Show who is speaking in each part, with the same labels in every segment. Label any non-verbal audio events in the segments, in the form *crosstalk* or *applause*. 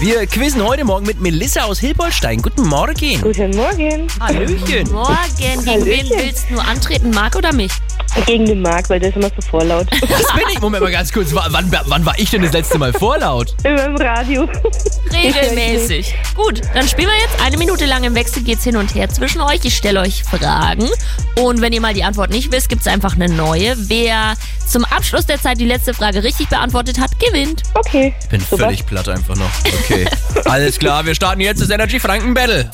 Speaker 1: Wir quizzen heute Morgen mit Melissa aus Hilpolstein. Guten Morgen.
Speaker 2: Guten Morgen.
Speaker 1: Hallöchen.
Speaker 3: Morgen, gegen wen
Speaker 2: Hallöchen.
Speaker 3: willst du antreten, Marc oder mich?
Speaker 2: Gegen den Marc, weil der ist immer so
Speaker 1: *laughs*
Speaker 2: vorlaut.
Speaker 1: Das bin ich. Moment mal ganz kurz. W- Wann, wann war ich denn das letzte Mal vorlaut?
Speaker 2: immer im Radio. *laughs*
Speaker 3: Regelmäßig. Gut, dann spielen wir jetzt. Eine Minute lang im Wechsel geht's hin und her zwischen euch. Ich stelle euch Fragen. Und wenn ihr mal die Antwort nicht wisst, gibt's einfach eine neue. Wer zum Abschluss der Zeit die letzte Frage richtig beantwortet hat, gewinnt.
Speaker 2: Okay.
Speaker 1: Bin
Speaker 2: Super.
Speaker 1: völlig platt einfach noch. Okay. Alles klar, wir starten jetzt das Energy Franken Battle.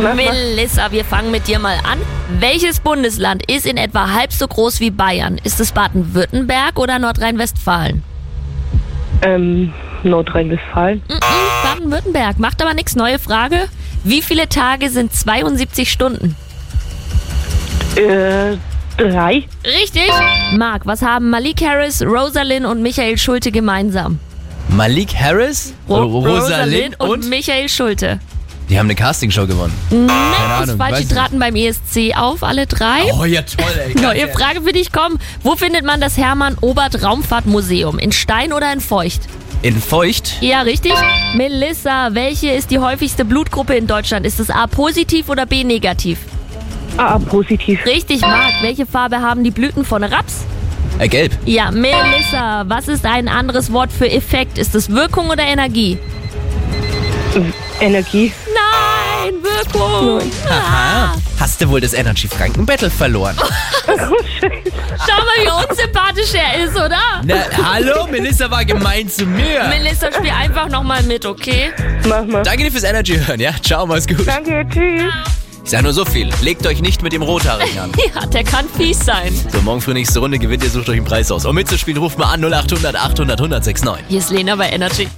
Speaker 2: Mach mal.
Speaker 3: Melissa, wir fangen mit dir mal an. Welches Bundesland ist in etwa halb so groß wie Bayern? Ist es Baden-Württemberg oder Nordrhein-Westfalen?
Speaker 2: Ähm, Nordrhein-Westfalen.
Speaker 1: Mm.
Speaker 3: Mhm, Baden-Württemberg. Macht aber nichts. Neue Frage. Wie viele Tage sind 72 Stunden?
Speaker 2: Äh, drei.
Speaker 3: Richtig. Marc, was haben Malik Harris, Rosalind und Michael Schulte gemeinsam?
Speaker 1: Malik Harris, Rosalind und,
Speaker 3: Michael Schulte.
Speaker 1: Die haben eine Castingshow gewonnen.
Speaker 3: Nein,
Speaker 1: Ahnung, weiß
Speaker 3: falsch. Die
Speaker 1: nicht.
Speaker 3: traten beim ESC auf, alle drei.
Speaker 1: Oh ja, toll, ey.
Speaker 3: *laughs* Neue Frage für dich, komm. Wo findet man das Hermann-Obert-Raumfahrt-Museum? In Stein oder in Feucht?
Speaker 1: In Feucht.
Speaker 3: Ja, richtig. Melissa, welche ist die häufigste Blutgruppe in Deutschland? Ist es A positiv oder B negativ?
Speaker 2: Ah, positiv.
Speaker 3: Richtig, Marc. Welche Farbe haben die Blüten von Raps?
Speaker 1: Äh, gelb.
Speaker 3: Ja, Melissa, was ist ein anderes Wort für Effekt? Ist es Wirkung oder Energie?
Speaker 2: Energie.
Speaker 3: Nein, Wirkung.
Speaker 1: Aha. Hast du wohl das Energy Franken Battle verloren?
Speaker 3: Schau mal, wie unsympathisch er ist, oder?
Speaker 1: Na, hallo, Melissa war gemein zu mir.
Speaker 3: Melissa, spiel einfach nochmal mit, okay? *laughs*
Speaker 2: Mach mal.
Speaker 1: Danke dir fürs Energy hören, ja? Ciao, mach's gut.
Speaker 2: Danke, tschüss.
Speaker 1: Ich sag nur so viel. Legt euch nicht mit dem Rothaarigen an.
Speaker 3: Ja, der kann fies sein.
Speaker 1: So, morgen früh nächste Runde gewinnt ihr, sucht euch einen Preis aus. Um mitzuspielen, ruft mal an 0800 800 1069.
Speaker 3: Hier ist Lena bei Energy.